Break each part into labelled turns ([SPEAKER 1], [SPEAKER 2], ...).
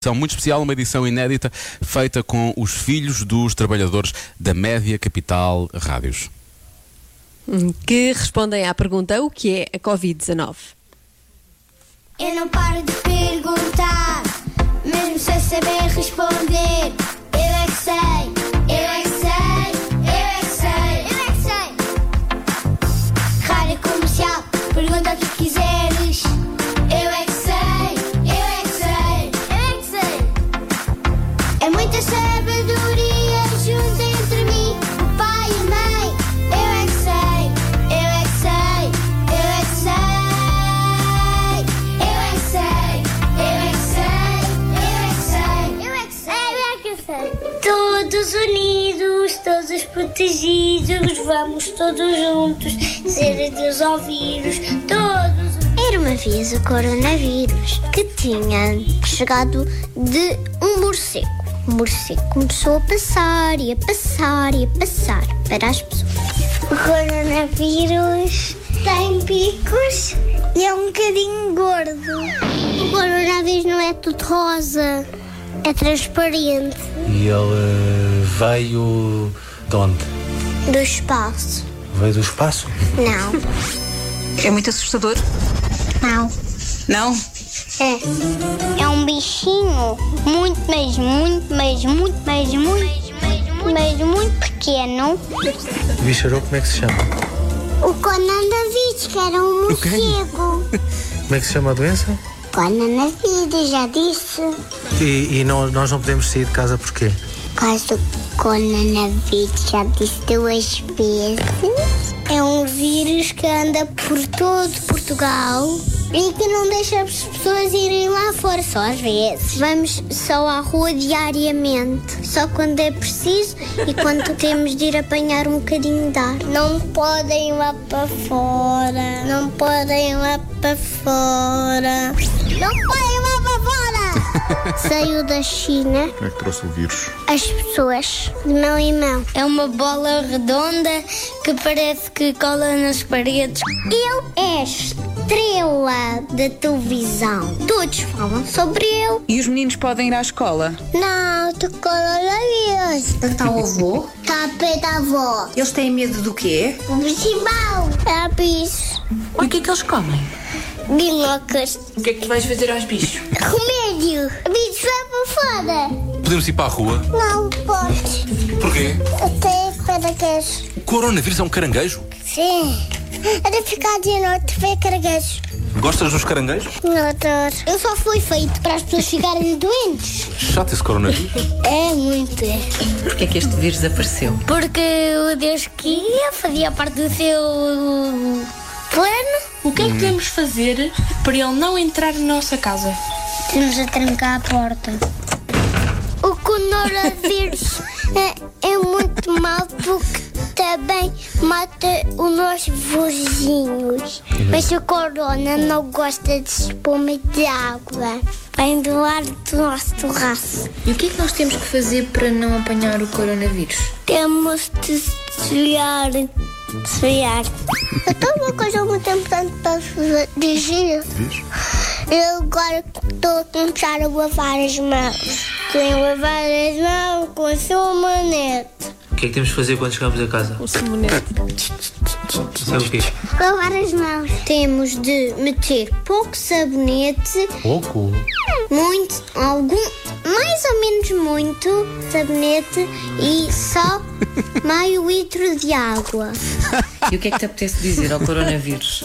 [SPEAKER 1] edição muito especial, uma edição inédita feita com os filhos dos trabalhadores da Média Capital Rádios.
[SPEAKER 2] que respondem à pergunta o que é a Covid-19.
[SPEAKER 3] Eu não paro de perguntar, mesmo sem saber responder. Eu é que sei, eu é que sei, eu é que sei, eu é que sei. Rádio comercial, pergunta o que quiseres. Eu é que sei, eu é que sei, eu é que sei. É muita sabedoria junta entre mim, o pai e a mãe. Eu é que sei, eu é que sei, eu é que sei. Eu é que sei, eu é que sei, eu é que sei, eu é que sei, eu é que sei. Todos unidos, todos protegidos, vamos todos juntos ser dos ouvidos, todos. Era uma vez o coronavírus que tinha chegado de um morcego. O morcego começou a passar e a passar e a passar para as pessoas. O coronavírus tem picos e é um bocadinho gordo. O coronavírus não é tudo rosa, é transparente.
[SPEAKER 4] E ele eh, veio de onde?
[SPEAKER 3] Do espaço?
[SPEAKER 4] Veio do espaço?
[SPEAKER 3] Não,
[SPEAKER 5] É muito assustador?
[SPEAKER 3] não.
[SPEAKER 5] Não?
[SPEAKER 3] É. É um bichinho muito, mas muito, mas muito, mas muito, mas muito pequeno.
[SPEAKER 4] O bicharou como é que se chama?
[SPEAKER 3] O coronavírus, que era um morcego.
[SPEAKER 4] Como é que se chama a doença?
[SPEAKER 3] Coronavírus, já disse.
[SPEAKER 4] E, e não- nós não podemos sair de casa porquê?
[SPEAKER 3] Caso o coronavírus, já disse duas vezes. É um vírus que anda por todo Portugal e que não deixa as pessoas irem lá fora, só às vezes. Vamos só à rua diariamente, só quando é preciso e quando temos de ir apanhar um bocadinho de ar. Não podem ir lá para fora, não podem ir lá para fora. Não podem ir lá para fora! Saiu da China
[SPEAKER 6] Como é que trouxe o vírus?
[SPEAKER 3] as pessoas de mão em mão. É uma bola redonda que parece que cola nas paredes. Eu é a estrela da televisão. Todos falam sobre eu.
[SPEAKER 5] E os meninos podem ir à escola?
[SPEAKER 3] Não, tu coronavírus.
[SPEAKER 5] Está o avô?
[SPEAKER 3] Está a pé da avó.
[SPEAKER 5] Eles têm medo do quê?
[SPEAKER 3] O principal. É bicho.
[SPEAKER 5] O que é que eles comem?
[SPEAKER 3] Binocas.
[SPEAKER 5] O que é que tu vais fazer aos bichos?
[SPEAKER 3] Remédio. Bicho vai para fora.
[SPEAKER 7] Podemos ir para a rua?
[SPEAKER 3] Não podes.
[SPEAKER 7] Porquê?
[SPEAKER 3] Até para queijo.
[SPEAKER 7] Coronavírus é um caranguejo?
[SPEAKER 3] Sim. Era ficar de noite, ver carguejo.
[SPEAKER 7] Gostas dos caranguejos?
[SPEAKER 3] Eu só fui feito para as pessoas ficarem doentes.
[SPEAKER 7] Chato esse coronavírus.
[SPEAKER 3] É muito.
[SPEAKER 5] Porquê é que este vírus apareceu?
[SPEAKER 3] Porque o Deus queria, fazia parte do seu plano.
[SPEAKER 8] O que é que podemos fazer para ele não entrar na nossa casa?
[SPEAKER 3] Temos a trancar a porta. O coronavírus é, é muito mau porque também mata os nossos vizinhos. Mas o corona não gosta de espuma e de água. Vem do ar do nosso terraço.
[SPEAKER 9] E o que é que nós temos que fazer para não apanhar o coronavírus?
[SPEAKER 3] Temos de desviar. Desviar. Eu estou Então, uma coisa muito importante para dirigir. Eu agora estou a começar a lavar as mãos. Tenho que lavar as mãos com a sua manete.
[SPEAKER 4] O que é que temos de fazer quando chegamos a casa?
[SPEAKER 2] O sumonete.
[SPEAKER 4] Sabe o é quê?
[SPEAKER 3] Lavar as mãos. Temos de meter pouco sabonete,
[SPEAKER 4] Pouco.
[SPEAKER 3] muito, algum, mais ou menos muito sabonete e só meio litro de água.
[SPEAKER 5] E o que é que te apetece dizer ao coronavírus?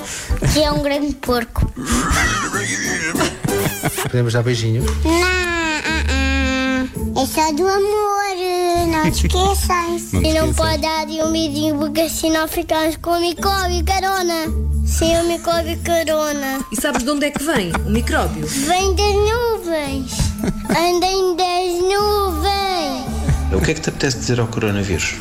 [SPEAKER 3] Que é um grande porco.
[SPEAKER 4] Podemos dar beijinho.
[SPEAKER 3] Não, ah, ah. é só do amor, não esqueças.
[SPEAKER 1] Não te
[SPEAKER 3] E não
[SPEAKER 1] esqueças.
[SPEAKER 3] pode dar de um vidinho porque senão ficas com o micróbio e carona. Sem o micróbio e carona.
[SPEAKER 5] E sabes de onde é que vem? O micróbio?
[SPEAKER 3] Vem das nuvens. Andem das nuvens.
[SPEAKER 4] O que é que te apetece dizer ao coronavírus?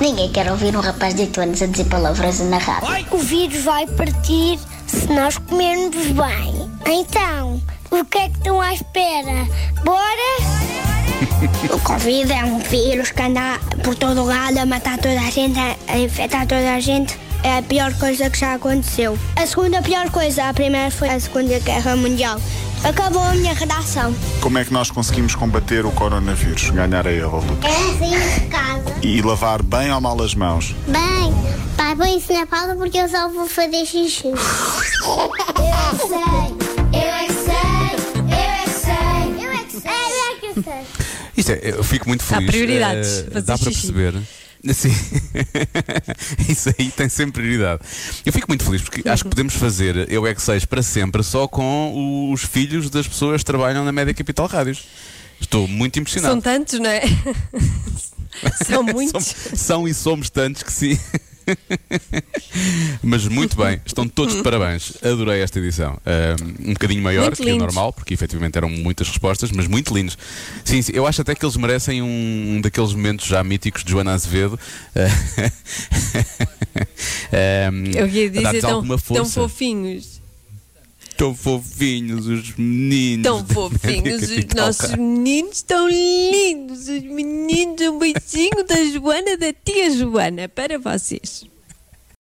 [SPEAKER 3] Ninguém quer ouvir um rapaz de 8 anos a dizer palavras na rádio. O vírus vai partir se nós comermos bem. Então, o que é que estão à espera? Bora? O Covid é um vírus que anda por todo o lado a matar toda a gente, a infectar toda a gente. É a pior coisa que já aconteceu. A segunda pior coisa, a primeira foi a Segunda Guerra Mundial. Acabou a minha redação.
[SPEAKER 6] Como é que nós conseguimos combater o coronavírus, ganhar a ele a luta?
[SPEAKER 3] É sair de casa.
[SPEAKER 6] E lavar bem ou mal as mãos?
[SPEAKER 3] Bem, pai, põe isso na pauta porque eu só vou fazer xixi. Eu é que sei, eu é que sei, eu é que sei, eu é que sei, eu é que sei.
[SPEAKER 1] Isto é, eu fico muito feliz.
[SPEAKER 2] Há prioridades,
[SPEAKER 1] eh,
[SPEAKER 2] fazer
[SPEAKER 1] dá para
[SPEAKER 2] xixi.
[SPEAKER 1] perceber. Sim, isso aí tem sempre prioridade. Eu fico muito feliz porque acho que podemos fazer Eu é que Seis para sempre só com os filhos das pessoas que trabalham na Média Capital Rádios. Estou muito
[SPEAKER 2] São
[SPEAKER 1] impressionado.
[SPEAKER 2] tantos, não é? São muitos.
[SPEAKER 1] São, são e somos tantos que sim. Mas muito bem, estão todos de parabéns. Adorei esta edição. Um, um bocadinho maior
[SPEAKER 2] Muito
[SPEAKER 1] que o
[SPEAKER 2] lindos.
[SPEAKER 1] normal, porque efetivamente eram muitas respostas, mas muito lindos. Sim, sim, eu acho até que eles merecem um, um daqueles momentos já míticos de Joana Azevedo. Um,
[SPEAKER 2] Eu ia
[SPEAKER 1] a dar-lhes
[SPEAKER 2] dizer tão,
[SPEAKER 1] alguma
[SPEAKER 2] tão
[SPEAKER 1] força.
[SPEAKER 2] fofinhos.
[SPEAKER 1] Tão fofinhos os meninos.
[SPEAKER 2] Tão
[SPEAKER 1] da
[SPEAKER 2] fofinhos.
[SPEAKER 1] Média
[SPEAKER 2] Os
[SPEAKER 1] Capital
[SPEAKER 2] nossos
[SPEAKER 1] Rádio.
[SPEAKER 2] meninos tão lindos. Os meninos, um beijinho da Joana, da tia Joana, para vocês.